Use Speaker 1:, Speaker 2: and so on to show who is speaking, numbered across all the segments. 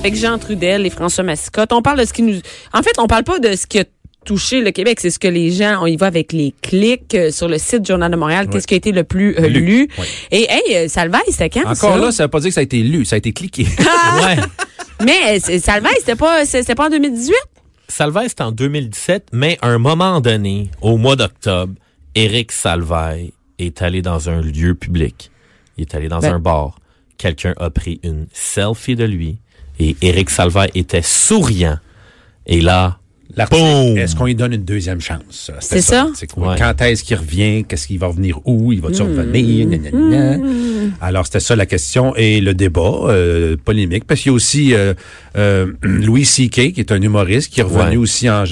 Speaker 1: Avec Jean Trudel et François Massicotte, on parle de ce qui nous... En fait, on parle pas de ce qui a touché le Québec, c'est ce que les gens, on y va avec les clics euh, sur le site Journal de Montréal, qu'est-ce qui a été le plus euh, lu.
Speaker 2: Lu. Oui.
Speaker 1: Et hey, euh, Salvaille, c'était quand
Speaker 2: Encore
Speaker 1: ça?
Speaker 2: là, ça Ah! veut pas dire que ça a été lu, ça a été cliqué.
Speaker 3: Ouais.
Speaker 1: Mais euh, c'est- Salvaille, c'était pas c'est- c'était pas en 2018
Speaker 3: Salvaille, c'est en 2017, mais à un moment donné, au mois d'octobre, Éric Salvaille est allé dans un lieu public. Il est allé dans
Speaker 1: Ben.
Speaker 3: un bar. Quelqu'un a pris une selfie de lui et Éric Salvaille était souriant. Et là,
Speaker 2: L'article,
Speaker 3: Boum!
Speaker 2: Est-ce qu'on lui donne une deuxième chance? C'était
Speaker 1: C'est ça.
Speaker 2: C'est quoi?
Speaker 3: Ouais.
Speaker 2: Quand est-ce qu'il revient? Qu'est-ce qu'il va venir? Où? Il va-tu revenir? Gna, gna, gna. Alors, c'était ça la question et le débat euh, polémique. Parce qu'il y a aussi euh, euh, Louis C.K., qui est un humoriste, qui est revenu
Speaker 3: Ouais.
Speaker 2: aussi en, en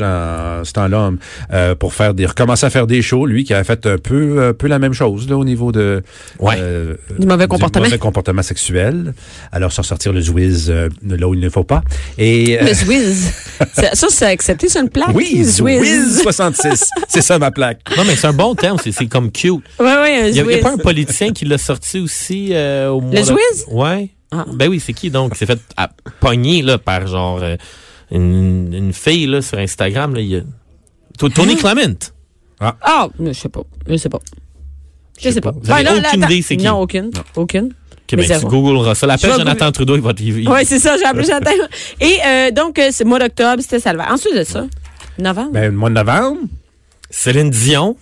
Speaker 2: ce temps-là euh, pour faire des, recommencer à faire des shows. Lui, qui a fait un peu, un peu la même chose là, au niveau de,
Speaker 3: Ouais.
Speaker 2: euh,
Speaker 1: Du mauvais comportement.
Speaker 2: mauvais comportement sexuel. Alors, sans sortir le Zwiz euh, là où il ne faut pas. Et, euh,
Speaker 1: Le Zwiz. ça, ça, c'est accepté sur une plaque.
Speaker 2: oui,
Speaker 1: Zwiz.
Speaker 2: Zwiz 66. C'est ça ma plaque.
Speaker 3: non mais c'est un bon terme, c'est- c'est comme cute.
Speaker 1: Oui, oui, un
Speaker 3: Il y a, il y a
Speaker 1: Zwiz.
Speaker 3: pas un politicien qui l'a sorti aussi euh, au mois
Speaker 1: Le
Speaker 3: d'oc-
Speaker 1: Zouiz?
Speaker 3: Ouais.
Speaker 1: Ah.
Speaker 3: Ben oui, c'est qui donc? Il s'est fait à- pogner là, par genre euh, une, une fille là, sur Instagram. Là, il y a- To- Tony Clement.
Speaker 1: Ah, mais je sais pas. Je sais pas. Je sais pas.
Speaker 3: Vous avez
Speaker 1: là,
Speaker 3: aucune
Speaker 1: là,
Speaker 3: idée c'est qui?
Speaker 1: Non, aucune. Aucune.
Speaker 3: Ok,
Speaker 1: Mais
Speaker 3: ben, tu
Speaker 1: zéro.
Speaker 3: googleras ça. L'appel
Speaker 1: Je vais
Speaker 3: Jonathan Trudeau, il va te il-
Speaker 1: Oui, c'est ça, j'ai appelé Chantal. Et euh, donc, euh, c'est mois d'octobre, c'était Salvaire. Ensuite de ça, novembre,
Speaker 2: Ben, le mois de novembre,
Speaker 3: Céline Dion.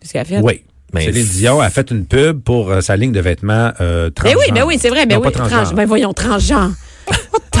Speaker 1: qu'est-ce qu'elle a fait?
Speaker 2: oui.
Speaker 3: Mais
Speaker 2: Céline Dion a fait une pub pour euh, sa ligne de vêtements euh,
Speaker 1: Ben
Speaker 2: transgenre.
Speaker 1: oui, ben oui, c'est vrai. Ben
Speaker 2: Non,
Speaker 1: oui,
Speaker 2: pas
Speaker 1: transgenre.
Speaker 2: transgenre.
Speaker 1: Ben voyons, transgenre. What the-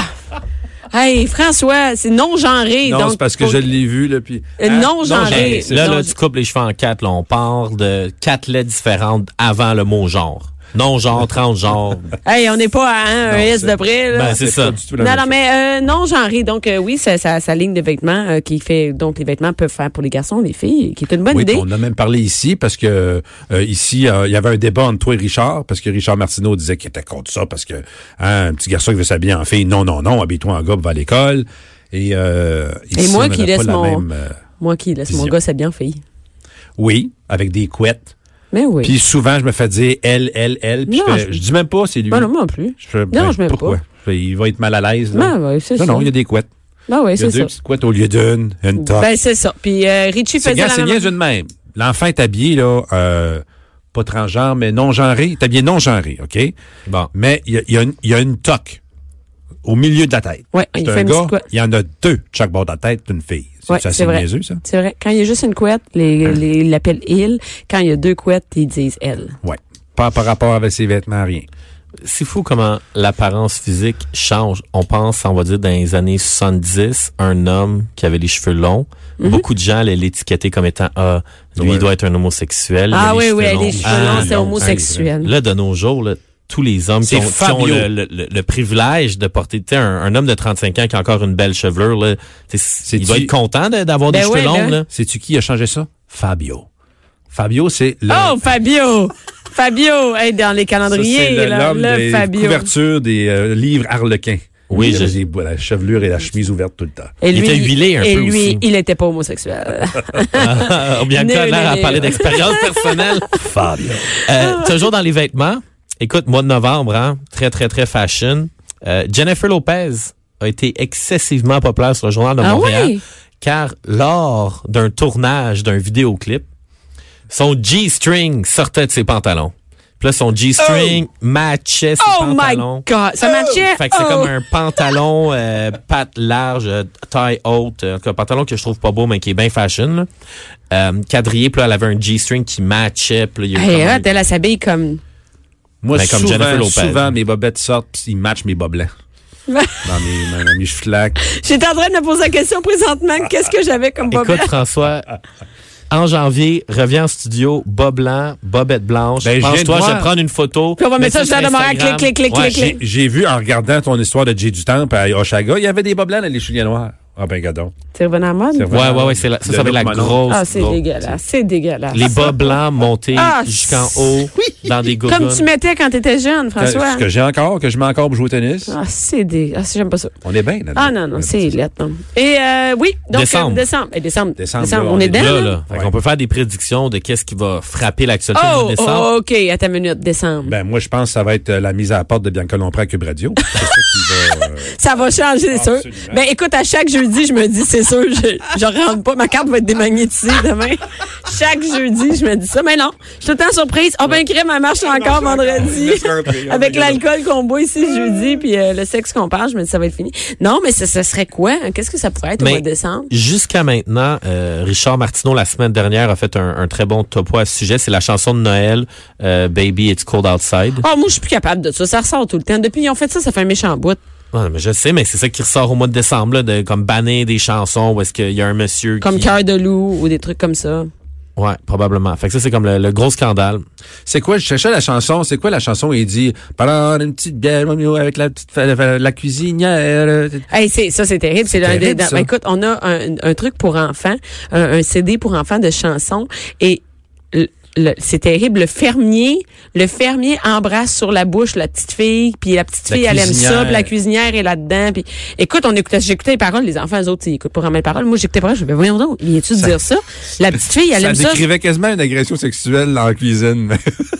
Speaker 1: Hey, François, c'est non-genré.
Speaker 2: non,
Speaker 1: donc,
Speaker 2: c'est parce que
Speaker 1: faut-
Speaker 2: je l'ai vu, là, puis...
Speaker 1: Euh,
Speaker 2: Ah,
Speaker 1: non,
Speaker 2: non,
Speaker 1: j'en
Speaker 2: j'ai-
Speaker 1: ai.
Speaker 3: Hey, là,
Speaker 1: non,
Speaker 3: là,
Speaker 1: je-
Speaker 3: tu coupes les cheveux en quatre. Là, on parle de quatre lettres différentes avant le mot genre. Non-genre, transgenre.
Speaker 1: Hey, on n'est pas à un, un
Speaker 2: Non,
Speaker 1: S
Speaker 2: c'est-
Speaker 1: de près. là.
Speaker 3: Ben, c'est ça.
Speaker 2: pas du tout la
Speaker 1: Non,
Speaker 2: même
Speaker 1: non,
Speaker 2: chose.
Speaker 1: mais euh, non-genré. Donc, euh, oui, sa, sa, sa ligne de vêtements euh, qui fait. Donc, les vêtements peuvent faire pour les garçons, les filles, qui est une bonne
Speaker 2: Oui,
Speaker 1: idée.
Speaker 2: puis on a même parlé ici parce que euh, ici euh, il y avait un débat entre toi et Richard parce que Richard Martineau disait qu'il était contre ça parce que hein, un petit garçon qui veut s'habiller en fille, non non non, habille-toi en gobe, va à l'école. Et, euh, ici,
Speaker 1: moi
Speaker 2: on
Speaker 1: qui
Speaker 2: avait pas
Speaker 1: laisse
Speaker 2: la
Speaker 1: mon-
Speaker 2: même, euh,
Speaker 1: Moi qui laisse mon
Speaker 2: Vision.
Speaker 1: gars s'habiller en fille.
Speaker 2: oui, avec des couettes.
Speaker 1: Mais Ben oui.
Speaker 2: Puis souvent je me fais dire elle elle elle, puis je,
Speaker 1: Non,
Speaker 2: fais-
Speaker 1: je-
Speaker 2: je dis même pas c'est lui.
Speaker 1: Ben, non, moi non plus.
Speaker 2: Je fais, ben,
Speaker 1: Non, je m'aime
Speaker 2: pourquoi?
Speaker 1: pas.
Speaker 2: Je fais, il va être mal à l'aise. là.
Speaker 1: Ben, ouais, c'est
Speaker 2: non,
Speaker 1: ça.
Speaker 2: non, il y a des couettes.
Speaker 1: Ben oui,
Speaker 2: Il y a
Speaker 1: c'est
Speaker 2: deux
Speaker 1: ça.
Speaker 2: petites couettes au lieu d'une, une top.
Speaker 1: Ben, c'est ça. Puis euh, Richie
Speaker 2: c'est
Speaker 1: faisait
Speaker 2: bien,
Speaker 1: la
Speaker 2: c'est
Speaker 1: même...
Speaker 2: bien une même. L'enfant est habillé, là, euh, pas transgenre, mais non-genré. Il est habillé non-genré, OK?
Speaker 3: Bon.
Speaker 2: Mais il y a, il y a une- il y a une toque au milieu de la tête.
Speaker 1: Ouais, il
Speaker 2: c'est
Speaker 1: fait
Speaker 2: un
Speaker 1: une petite
Speaker 2: gars,
Speaker 1: couette.
Speaker 2: il y en a deux de chaque bord de la tête d'une fille. C'est
Speaker 1: Ouais,
Speaker 2: ça,
Speaker 1: c'est
Speaker 2: c'est
Speaker 1: vrai.
Speaker 2: niaiseux, ça?
Speaker 1: C'est vrai. Quand il y a juste une couette,
Speaker 3: Hein?
Speaker 1: les, les, ils l'appellent il. Quand il y a deux couettes, ils disent elle.
Speaker 2: Oui. Pas par rapport avec ses vêtements, rien.
Speaker 3: C'est fou comment l'apparence physique change. On pense, on va dire, dans les années 70, un homme qui avait les cheveux longs,
Speaker 1: Mhm.
Speaker 3: beaucoup de gens allaient l'étiqueter comme étant ah, lui, il doit être un homosexuel.
Speaker 1: Ah
Speaker 3: il a
Speaker 1: oui,
Speaker 3: les
Speaker 1: oui,
Speaker 3: cheveux
Speaker 1: les
Speaker 3: longs.
Speaker 1: cheveux longs, c'est
Speaker 2: longs,
Speaker 1: homosexuel.
Speaker 3: Là, de nos jours, là, tous les hommes qui
Speaker 2: C'est
Speaker 3: ont, qui ont
Speaker 2: Fabio.
Speaker 3: le, le- le- le privilège de porter, tu sais, un, un homme de 35 ans qui a encore une belle chevelure, là, tu sais, il
Speaker 2: C'est-tu-
Speaker 3: doit être content de- d'avoir
Speaker 1: Ben
Speaker 3: des cheveux
Speaker 1: ouais,
Speaker 3: longs.
Speaker 1: là.
Speaker 3: Là.
Speaker 2: Sais-tu qui a changé ça? Fabio. Fabio, c'est le...
Speaker 1: Oh, Fabio! Fabio! Hey, dans les
Speaker 2: ça, c'est
Speaker 1: calendriers,
Speaker 2: le-
Speaker 1: là,
Speaker 2: l'homme
Speaker 1: là,
Speaker 2: des
Speaker 1: Fabio.
Speaker 2: couvertures des euh, livres Harlequin.
Speaker 3: Oui,
Speaker 2: il avait
Speaker 3: je-
Speaker 2: des- la chevelure et la chemise ouverte tout le temps.
Speaker 1: Et
Speaker 3: Il était huilé un
Speaker 1: et
Speaker 3: peu
Speaker 1: lui,
Speaker 3: aussi.
Speaker 1: il était pas homosexuel.
Speaker 3: bien
Speaker 1: Nul,
Speaker 3: Ah, a l'air à
Speaker 1: nul.
Speaker 3: parler d'expérience personnelle.
Speaker 2: Fabio.
Speaker 3: Euh, toujours dans les vêtements. Écoute, mois de novembre, hein, très, très, très fashion. Euh, Jennifer Lopez a été excessivement populaire sur le journal de
Speaker 1: Ah
Speaker 3: Montréal
Speaker 1: oui?
Speaker 3: car lors d'un tournage d'un vidéoclip, son G-string sortait de ses pantalons. Puis là, son G-string matchait ses
Speaker 1: Oh my
Speaker 3: pantalons.
Speaker 1: God! Ça matchait!
Speaker 3: Fait que c'est
Speaker 1: Oh!
Speaker 3: comme un pantalon euh, patte large, euh, taille haute, euh, en tout cas, un pantalon que je trouve pas beau mais qui est bien fashion. là. Euh, quadrillé, puis là, elle avait un G-string qui matchait. Puis là, il y a eu
Speaker 1: Hey,
Speaker 3: comme un-
Speaker 1: hot, elle elle s'habille comme...
Speaker 2: Moi,
Speaker 3: Ben, comme
Speaker 2: souvent,
Speaker 3: Jennifer Lopez.
Speaker 2: souvent, mes bobettes sortent pis ils matchent mes bas blancs. dans mes, dans mes cheveux flaques.
Speaker 1: J'étais en train de me poser la question présentement. Qu'est-ce que j'avais comme
Speaker 3: Écoute,
Speaker 1: bobette?
Speaker 3: François, en janvier, reviens en studio, bas blanc, bobette blanche.
Speaker 2: Ben, je viens de
Speaker 3: Pense-toi, je vais
Speaker 2: voir.
Speaker 3: prendre une photo.
Speaker 1: Puis on va
Speaker 3: mets
Speaker 1: mettre ça sur la
Speaker 3: Instagram.
Speaker 1: demeure, clic, clic, clic,
Speaker 3: Ouais,
Speaker 1: clic, clic.
Speaker 2: J'ai- J'ai vu en regardant ton histoire de Jay du Temple à Oshaga, il y avait des bas blancs dans les souliers noirs. Ah ben gadon.
Speaker 1: C'est revenu à la mode?
Speaker 2: C'est
Speaker 3: j'ai-
Speaker 2: revenu.
Speaker 3: Ouais, ouais, ouais, c'est la- ça, ça va être la
Speaker 2: Le look
Speaker 3: grosse.
Speaker 1: Ah, c'est
Speaker 3: grosse.
Speaker 1: dégueulasse. C'est dégueulasse.
Speaker 3: Les bas blancs montés
Speaker 1: Ah,
Speaker 3: jusqu'en haut, dans des gourdes.
Speaker 1: Comme tu mettais quand t'étais jeune, François.
Speaker 2: Euh, Ce que j'ai encore, que je mets encore pour jouer au tennis.
Speaker 1: Ah, c'est des. Ah, j'aime pas ça.
Speaker 2: On est bien là
Speaker 1: Ah non, non, c'est lettre, non. Et euh, oui, donc
Speaker 3: Décembre.
Speaker 1: euh, décembre. Eh, décembre.
Speaker 2: Décembre, là,
Speaker 1: on,
Speaker 2: on
Speaker 1: est
Speaker 2: est
Speaker 1: dedans.
Speaker 3: Là,
Speaker 1: là?
Speaker 3: là.
Speaker 2: Ouais.
Speaker 3: on peut faire des prédictions de qu'est-ce qui va frapper l'actualité
Speaker 1: Oh,
Speaker 3: en décembre.
Speaker 1: oh, OK, à ta minute, décembre.
Speaker 2: Ben moi je pense que ça va être euh, la mise à la porte de Bianca Lompré à Cube Radio. C'est ça qui va. euh,
Speaker 1: ça va changer, c'est sûr.
Speaker 2: Absolument.
Speaker 1: Ben écoute, à chaque jeudi, je me dis, c'est sûr, je, je rentre pas. Ma carte va être démagnétisée demain. chaque jeudi, je me dis ça. Mais non, je suis tout le temps surprise. Oh ben crème, elle marche encore vendredi.
Speaker 2: Laisse rentrer, on
Speaker 1: Avec
Speaker 2: regarde.
Speaker 1: l'alcool qu'on boit ici jeudi, puis euh, le sexe qu'on parle, je me dis, ça va être fini. Non, mais ce ce serait quoi? Qu'est-ce que ça pourrait être au
Speaker 3: Mais-
Speaker 1: mois de décembre?
Speaker 3: Jusqu'à maintenant, euh, Richard Martineau, la semaine dernière, a fait un, un très bon topo à ce sujet. C'est la chanson de Noël, euh, Baby It's Cold Outside.
Speaker 1: Ah, moi, je suis plus capable de ça. Ça ressort tout le temps. Depuis qu'ils ont fait ça, ça fait un méchant bout.
Speaker 3: Ouais, mais je sais, mais c'est ça qui ressort au mois de décembre, là, de comme banner des chansons où est-ce qu'il y a un monsieur
Speaker 1: Comme
Speaker 3: qui...
Speaker 1: Cœur de loup ou des trucs comme ça.
Speaker 3: Ouais, probablement. Fait que ça, c'est comme le, le gros scandale.
Speaker 2: C'est quoi, je cherchais la chanson, c'est quoi la chanson où il dit Pendant une petite bière, Romeo, avec la petite fa- la, la cuisinière. euh,
Speaker 1: Hey, c'est ça, c'est terrible. C'est l'un des-
Speaker 2: terrible,
Speaker 1: dans-
Speaker 2: ça.
Speaker 1: ben, écoute, on a un, un truc pour enfants, un, un CD pour enfants de chansons et le- le- c'est terrible. Le fermier, le fermier embrasse sur la bouche la petite fille, puis la petite
Speaker 2: La
Speaker 1: fille, elle aime ça,
Speaker 2: cuisinière.
Speaker 1: puis la cuisinière est là-dedans. Puis, écoute, on écoutait, j'écoutais les paroles, les enfants, eux autres, ils écoutent pas vraiment les paroles. Moi, j'écoutais les paroles, je me voyons donc, viens-tu de dire ça? La petite fille, elle
Speaker 2: ça
Speaker 1: aime ça.
Speaker 2: décrivait quasiment une agression sexuelle en cuisine.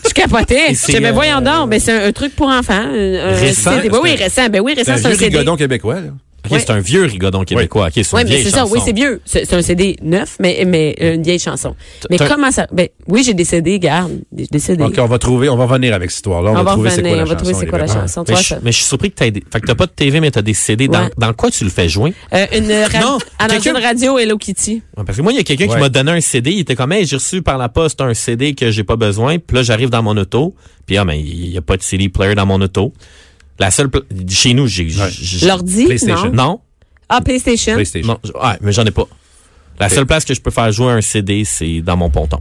Speaker 1: Je capotais.
Speaker 3: Et
Speaker 1: Je
Speaker 3: c'est,
Speaker 1: disais, ben
Speaker 3: euh,
Speaker 1: voyons donc, ben, c'est un, un truc pour enfants. un- un
Speaker 3: Récent,
Speaker 1: CD. Ben oui, récent. Ben oui,
Speaker 2: C'est
Speaker 1: récent,
Speaker 2: un
Speaker 1: c'est un
Speaker 2: vieux
Speaker 1: CD.
Speaker 2: rigodon québécois. Là.
Speaker 3: OK,
Speaker 1: Ouais.
Speaker 3: C'est un vieux rigodon québécois. OK, c'est une
Speaker 1: Oui, mais
Speaker 3: vieille
Speaker 1: c'est ça.
Speaker 3: chanson.
Speaker 1: Oui, c'est vieux. C'est c'est un CD neuf, mais, mais une vieille chanson. Mais
Speaker 3: t'as-
Speaker 1: comment ça. Ben, oui, j'ai des CD, garde. Des, des CD.
Speaker 2: Donc, on va trouver, on va revenir avec cette histoire-là. On,
Speaker 1: On
Speaker 2: va
Speaker 1: va
Speaker 2: trouver c'est quoi
Speaker 1: revenir,
Speaker 2: la
Speaker 1: on va trouver
Speaker 2: chanson.
Speaker 1: c'est
Speaker 2: les
Speaker 1: quoi la
Speaker 2: prépares.
Speaker 1: chanson.
Speaker 3: Ah. Mais
Speaker 1: Toi,
Speaker 3: je,
Speaker 1: ça-
Speaker 3: mais je suis surpris que t'as des... Fait que t'as pas de TV, mais t'as des CD. Dans,
Speaker 1: Ouais.
Speaker 3: dans quoi tu le fais jouer?
Speaker 1: Euh, une euh, ra-
Speaker 3: Non,
Speaker 1: à l'antenne
Speaker 3: quelqu'un-
Speaker 1: radio Hello Kitty.
Speaker 3: Ouais, parce que moi, il y a quelqu'un
Speaker 2: Ouais.
Speaker 3: qui m'a donné un CD. Il était comme, hey, j'ai reçu par la poste un CD que j'ai pas besoin. Puis là, j'arrive dans mon auto. Puis ah, mais il y a pas de CD player dans mon auto. La seule, pla- chez nous, j'ai, j'ai-
Speaker 2: Ouais.
Speaker 3: j'ai-
Speaker 1: L'ordi.
Speaker 2: PlayStation.
Speaker 1: Non.
Speaker 3: non,
Speaker 1: Ah, PlayStation.
Speaker 2: PlayStation.
Speaker 3: non, j- ouais, mais j'en ai pas. La
Speaker 2: Ok.
Speaker 3: seule place que je peux faire jouer un CD, c'est dans mon ponton.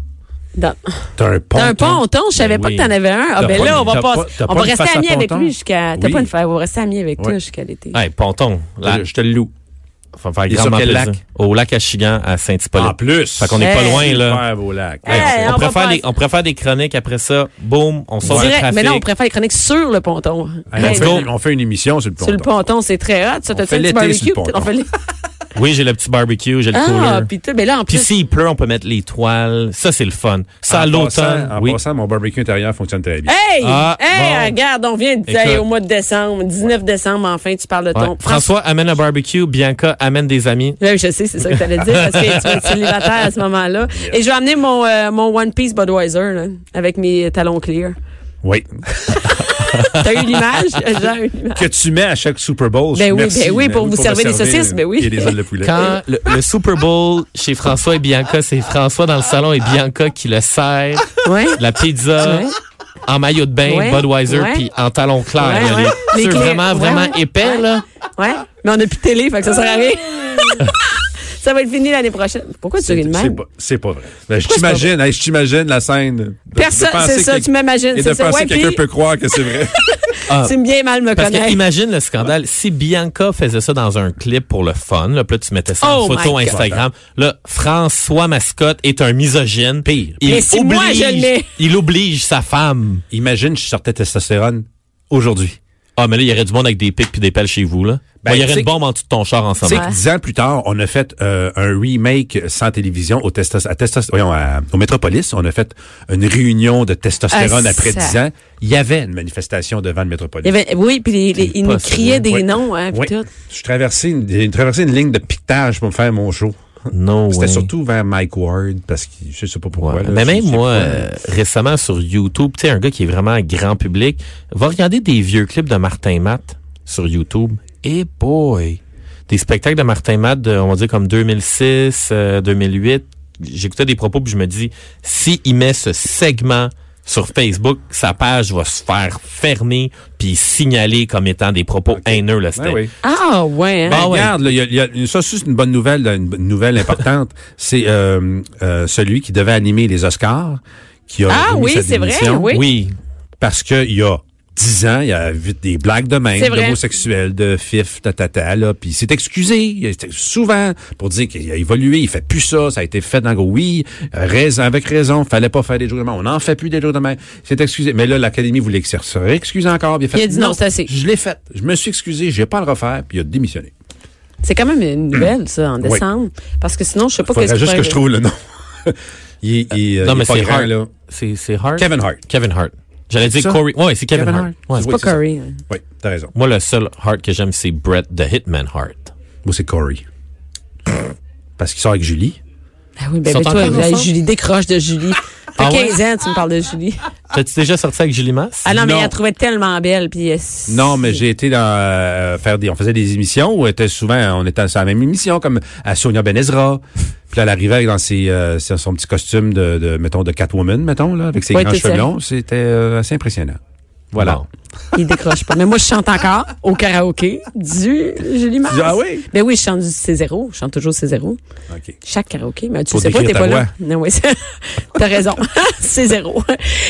Speaker 1: Dans-
Speaker 2: T'as un pont.
Speaker 1: T'as un ponton, je savais
Speaker 3: Ben
Speaker 1: pas
Speaker 3: oui.
Speaker 1: que t'en avais un. Ah,
Speaker 2: T'as
Speaker 1: ben
Speaker 2: pas
Speaker 1: là,
Speaker 2: une-
Speaker 1: on va
Speaker 2: t'as
Speaker 1: pas.
Speaker 2: pas- t'as
Speaker 1: on
Speaker 2: pas
Speaker 1: va
Speaker 2: une
Speaker 1: rester
Speaker 2: face à
Speaker 1: amis avec
Speaker 2: ponton?
Speaker 1: lui jusqu'à. T'as
Speaker 2: Oui.
Speaker 1: pas une fa- On va rester amis avec toi
Speaker 2: Ouais.
Speaker 1: jusqu'à l'été.
Speaker 3: Hey, ponton. Là,
Speaker 2: Je te le loue.
Speaker 3: faut faire
Speaker 2: Et sur
Speaker 3: grandement
Speaker 2: quel
Speaker 3: plaisir.
Speaker 2: lac? Ah,
Speaker 3: Au lac Achigan à Saint-Hippolyte.
Speaker 2: En plus.
Speaker 3: Fait qu'on est pas
Speaker 1: Hey.
Speaker 3: loin, là.
Speaker 2: Super beau lac.
Speaker 1: Hey,
Speaker 3: on,
Speaker 1: on va
Speaker 3: préfère
Speaker 1: pas-
Speaker 3: des, on préfère des chroniques après ça. Boum, on sort le
Speaker 1: Direct.
Speaker 3: trafic.
Speaker 1: Mais non, on préfère les chroniques sur le ponton.
Speaker 2: Hey, on,
Speaker 1: Hey,
Speaker 2: fait, une- on fait une émission sur le pont.
Speaker 1: Sur le ponton, c'est très hot. Ça,
Speaker 2: On
Speaker 1: t'as
Speaker 2: fait
Speaker 1: un petit
Speaker 2: l'été sur le
Speaker 1: barbecue?
Speaker 2: ponton. euh,
Speaker 1: On fait l'été.
Speaker 3: Oui, j'ai le petit barbecue, j'ai le
Speaker 1: Ah,
Speaker 3: cooler.
Speaker 1: puis tout. Mais là, en
Speaker 3: Puis
Speaker 1: plus.
Speaker 3: s'il pleut, on peut mettre les toiles. Ça, c'est le fun. Ça, à l'automne.
Speaker 2: En
Speaker 3: Oui.
Speaker 2: passant, mon barbecue intérieur fonctionne très bien.
Speaker 1: Hey!
Speaker 3: Ah,
Speaker 1: hey,
Speaker 3: bon.
Speaker 1: regarde, on vient de dire
Speaker 3: Écoute.
Speaker 1: au mois de décembre, 19 décembre, enfin, tu parles de
Speaker 3: Ouais.
Speaker 1: ton.
Speaker 3: François amène un barbecue. Bianca amène des amis.
Speaker 1: Là, je sais, c'est ça que tu allais dire, parce que tu vas être célibataire à ce moment-là. Et je vais amener mon, euh, mon One Piece Budweiser, là, avec mes talons clear.
Speaker 2: Oui.
Speaker 1: T'as eu l'image? J'ai eu l'image.
Speaker 2: que tu mets à chaque Super Bowl.
Speaker 1: Ben oui,
Speaker 2: Merci,
Speaker 1: ben oui, pour
Speaker 2: mais
Speaker 1: vous servir des saucisses, ben oui.
Speaker 2: Et des ailes de poulet.
Speaker 1: Euh,
Speaker 3: Quand le, le Super Bowl chez François et Bianca, c'est François dans le salon et Bianca qui le sert.
Speaker 1: Ouais.
Speaker 3: La pizza.
Speaker 1: Ouais.
Speaker 3: En maillot de bain,
Speaker 1: Ouais.
Speaker 3: Budweiser,
Speaker 1: Ouais.
Speaker 3: puis en talons clairs.
Speaker 1: Ouais,
Speaker 3: là, les-
Speaker 1: ouais. Les
Speaker 3: C'est
Speaker 1: clés.
Speaker 3: vraiment,
Speaker 1: Ouais,
Speaker 3: vraiment
Speaker 1: ouais.
Speaker 3: épais, là.
Speaker 1: Ouais. Mais on n'a plus de télé, fait que ça sert à rien. ça va être fini l'année prochaine. Pourquoi tu ris de
Speaker 2: C'est
Speaker 1: même?
Speaker 2: pas, c'est pas vrai. Ben, je t'imagine, hey, je t'imagine la scène. de- de
Speaker 1: Personne,
Speaker 2: penser
Speaker 1: c'est ça,
Speaker 2: que-
Speaker 1: tu m'imagines.
Speaker 2: Et de
Speaker 1: C'est ça.
Speaker 2: penser
Speaker 1: Ouais,
Speaker 2: que quelqu'un
Speaker 1: puis,
Speaker 2: peut croire que c'est vrai.
Speaker 1: tu me bien mal me
Speaker 3: Parce que
Speaker 1: connais.
Speaker 3: imagine le scandale. Si Bianca faisait ça dans un clip pour le fun, là, puis là tu mettais ça
Speaker 1: Oh
Speaker 3: en photo
Speaker 1: my God.
Speaker 3: Instagram, là, François Mascotte est un misogyne. Pire. Il
Speaker 1: Mais si moi, je l'ai.
Speaker 3: Il oblige sa femme.
Speaker 2: Imagine, je sortais testostérone aujourd'hui.
Speaker 3: Ah, mais là, il y aurait du monde avec des pics puis des pelles chez vous, là.
Speaker 2: Ben,
Speaker 3: Bon, il y
Speaker 2: tu
Speaker 3: aurait
Speaker 2: sais
Speaker 3: une bombe en dessous de ton char
Speaker 2: Tu
Speaker 3: ensemble.
Speaker 2: sais
Speaker 1: Ouais.
Speaker 2: que dix ans plus tard, on a fait euh, un remake sans télévision au testos, à testos, voyons, à- au Métropolis. On a fait une réunion de testostérone
Speaker 1: Ah,
Speaker 2: après
Speaker 1: ça.
Speaker 2: 10 ans. Il y avait une manifestation devant le Métropolis.
Speaker 1: Il y avait- oui, puis les- les- ils nous
Speaker 3: possible.
Speaker 1: criaient des
Speaker 2: Oui.
Speaker 1: noms, hein, puis
Speaker 2: Oui.
Speaker 1: tout.
Speaker 2: Je traversais une, j'ai traversé une ligne de piquetage pour me faire mon show.
Speaker 3: Non,
Speaker 2: C'était
Speaker 3: ouais.
Speaker 2: surtout vers Mike Ward parce que je sais pas pourquoi.
Speaker 3: Ouais.
Speaker 2: là,
Speaker 3: Mais
Speaker 2: je
Speaker 3: même
Speaker 2: sais
Speaker 3: moi,
Speaker 2: pas.
Speaker 3: euh, récemment sur YouTube, tu sais, un gars qui est vraiment grand public, va regarder des vieux clips de Martin Matt sur YouTube. Et boy! Des spectacles de Martin Matt, de, on va dire comme 2006, euh, 2008. J'écoutais des propos puis je me dis, si il met ce segment sur Facebook, sa page va se faire fermer puis signaler comme étant des propos haineux. Là, c'était-
Speaker 2: Ben oui.
Speaker 1: Ah, ouais, hein?
Speaker 2: Ben,
Speaker 3: Ah ouais.
Speaker 2: regarde, là, il y a- il y a- ça, c'est une bonne nouvelle, là, une bonne nouvelle importante. c'est euh, euh, celui qui devait animer les Oscars, qui a
Speaker 1: Ah
Speaker 2: remis
Speaker 1: oui,
Speaker 2: sa
Speaker 1: c'est vrai,
Speaker 2: démission
Speaker 1: oui.
Speaker 3: oui.
Speaker 2: parce qu'il y a dix ans, il y a vite des blagues de même,
Speaker 1: C'est vrai.
Speaker 2: d'homosexuels, de fif, tatata, là, puis il s'est excusé il s'est- souvent pour dire qu'il a évolué, il fait plus ça, ça a été fait dans le oui, euh, raison avec raison, fallait pas faire des jours de même, on n'en fait plus des jours de même, il s'est excusé. Mais là, l'Académie voulait que ça se réexcuse encore, puis
Speaker 1: Il
Speaker 2: fait,
Speaker 1: a dit non, c'est assez.
Speaker 2: Je l'ai fait, je me suis excusé, je vais pas à le refaire, puis il a démissionné.
Speaker 1: C'est quand même une nouvelle, ça, en décembre. Parce que sinon, je sais pas
Speaker 2: Faudrait
Speaker 1: qu'est-ce
Speaker 2: juste
Speaker 1: pourrait
Speaker 2: que je trouve le nom. il, est- il est- il
Speaker 3: non,
Speaker 2: est
Speaker 3: mais
Speaker 2: pas
Speaker 3: c'est
Speaker 2: grand,
Speaker 3: Hart.
Speaker 2: là.
Speaker 3: C'est, c'est Hart.
Speaker 2: Kevin Hart.
Speaker 3: Kevin Hart. J'allais
Speaker 2: C'est
Speaker 3: dire
Speaker 2: ça?
Speaker 3: Corey. Ouais, c'est Kevin,
Speaker 2: Kevin
Speaker 3: Hart.
Speaker 2: Hart.
Speaker 3: Ouais.
Speaker 2: C'est
Speaker 1: arriver.
Speaker 2: Oui,
Speaker 1: Pas Curry. hein.
Speaker 2: Oui, t'as raison.
Speaker 3: Moi, le seul Hart que j'aime, c'est Brett the Hitman Hart.
Speaker 2: Moi, c'est Corey. Parce qu'il sort avec Julie.
Speaker 1: Ah oui, ben,
Speaker 3: Ils sont
Speaker 1: ben, toi,
Speaker 3: encore
Speaker 1: hey,
Speaker 3: ensemble?
Speaker 1: Julie, décroche de Julie. Fait
Speaker 3: Ah ouais?
Speaker 1: 15 ans, tu me parles de Julie.
Speaker 3: T'as-tu déjà sorti avec Julie Masse?
Speaker 1: Ah non, mais
Speaker 2: Non.
Speaker 1: elle la trouvait tellement belle. Puis, euh, c-
Speaker 2: Non, mais j'ai été dans euh, faire des. On faisait des émissions où était souvent, on était sur la même émission, comme à Sonia Benezra. Puis là, elle arrivait dans ses, euh, son son petit costume de, de, mettons, de Catwoman, mettons, là, avec ses
Speaker 1: Ouais,
Speaker 2: grands
Speaker 1: tout
Speaker 2: cheveux
Speaker 1: ça.
Speaker 2: longs. C'était euh, assez impressionnant. Voilà.
Speaker 3: Bon.
Speaker 1: Il décroche pas. Mais moi, je chante encore au karaoké du Julie Mars.
Speaker 2: Ah oui?
Speaker 1: Ben oui, je chante du C0. Je chante toujours C0.
Speaker 2: OK.
Speaker 1: Chaque karaoké, mais tu
Speaker 2: Pour
Speaker 1: sais pas, t'es
Speaker 2: décrire ta
Speaker 1: pas
Speaker 2: voix.
Speaker 1: là. Non, oui, c'est- t'as raison. c'est zéro.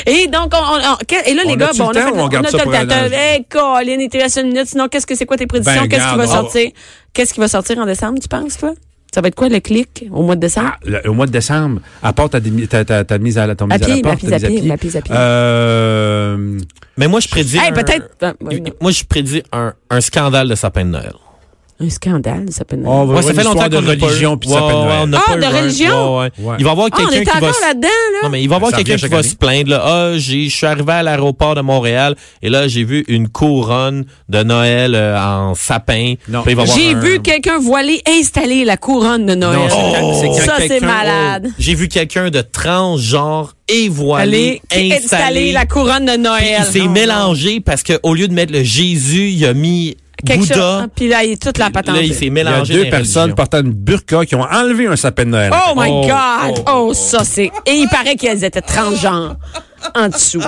Speaker 1: Et donc, on, on- on- que- et là, les
Speaker 2: On
Speaker 1: gars,
Speaker 2: a-tu
Speaker 1: bon,
Speaker 2: le
Speaker 1: on
Speaker 2: temps
Speaker 1: a fait,
Speaker 2: ou on garde
Speaker 1: a
Speaker 2: ça
Speaker 1: tout
Speaker 2: pour
Speaker 1: le temps.
Speaker 2: la-
Speaker 1: Hey, Colin, il te reste une minute. Sinon, qu'est-ce que c'est quoi tes prédictions?
Speaker 2: Ben,
Speaker 1: qu'est-ce qui va
Speaker 2: garde, on-
Speaker 1: sortir? Qu'est-ce qui va sortir en décembre, tu penses, toi? Ça va être quoi, le clic, au mois de décembre?
Speaker 2: Ah, le- au mois de décembre, à part ta, démi- ta, ta, ta mise à la, ton
Speaker 1: À
Speaker 2: mise à la
Speaker 1: pied, ma
Speaker 2: porte,
Speaker 1: mise
Speaker 2: ta
Speaker 1: à pied, ma mise à pied.
Speaker 2: Euh,
Speaker 3: Mais moi, je prédis.
Speaker 1: Hey,
Speaker 3: un-
Speaker 1: peut-être- Ah, ouais, non.
Speaker 3: Moi, je prédis un, un scandale de sapin de Noël.
Speaker 1: Un scandale, ça peut être.
Speaker 2: on va voir
Speaker 3: Ouais,
Speaker 2: une histoire de
Speaker 3: qu'on n'a pas eu-
Speaker 2: religion puis de
Speaker 3: Ouais,
Speaker 2: sapin de
Speaker 3: ouais,
Speaker 2: Noël.
Speaker 3: on n'a
Speaker 1: Ah,
Speaker 3: pas
Speaker 1: de
Speaker 3: eu un-
Speaker 1: religion?
Speaker 3: Ouais, ouais.
Speaker 2: Ouais.
Speaker 3: Il va y avoir
Speaker 1: Ah, on
Speaker 3: quelqu'un
Speaker 1: est
Speaker 3: qui va.
Speaker 1: encore
Speaker 3: se-
Speaker 1: là-dedans, là.
Speaker 3: Non, mais il va y avoir
Speaker 2: Ça
Speaker 3: quelqu'un
Speaker 2: revient
Speaker 3: qui
Speaker 2: chaque
Speaker 3: va
Speaker 2: année.
Speaker 3: se plaindre, là. Ah, j'ai, je suis arrivé à l'aéroport de Montréal et là, j'ai vu une couronne de Noël euh, en sapin.
Speaker 2: Non.
Speaker 3: Puis il va y avoir
Speaker 1: J'ai
Speaker 3: un-
Speaker 1: vu quelqu'un voilé installer la couronne de Noël.
Speaker 2: Non, c'est quand- c'est quand
Speaker 1: ça, c'est
Speaker 2: quelqu'un-
Speaker 1: malade.
Speaker 3: Oh, J'ai vu quelqu'un de transgenre et
Speaker 1: Allez,
Speaker 3: voilé
Speaker 1: installer
Speaker 3: installé.
Speaker 1: la couronne de Noël.
Speaker 3: il s'est
Speaker 1: Non,
Speaker 3: mélangé parce que au lieu de mettre le Jésus, il a mis
Speaker 1: Quelque chose.
Speaker 3: Bouddha.
Speaker 1: hein, Puis là, il est toute la patente.
Speaker 3: Là, il s'est
Speaker 2: Il y a
Speaker 3: mélangé.
Speaker 2: deux
Speaker 3: les
Speaker 2: personnes
Speaker 3: religions.
Speaker 2: portant une burqa qui ont enlevé un sapin de Noël.
Speaker 1: Oh my
Speaker 3: Oh,
Speaker 1: God!
Speaker 3: oh,
Speaker 1: Oh, ça c'est. Et il paraît qu'elles étaient transgenres en dessous.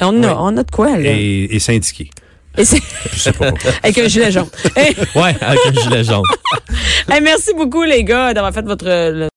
Speaker 1: On a, on a de quoi, là.
Speaker 2: Et, et syndiqué.
Speaker 1: Et c'est-
Speaker 2: Je sais pas pourquoi.
Speaker 1: Avec un gilet jaune. Eh,
Speaker 3: Ouais, avec un gilet jaune.
Speaker 1: eh, merci beaucoup, les gars, d'avoir fait votre. le-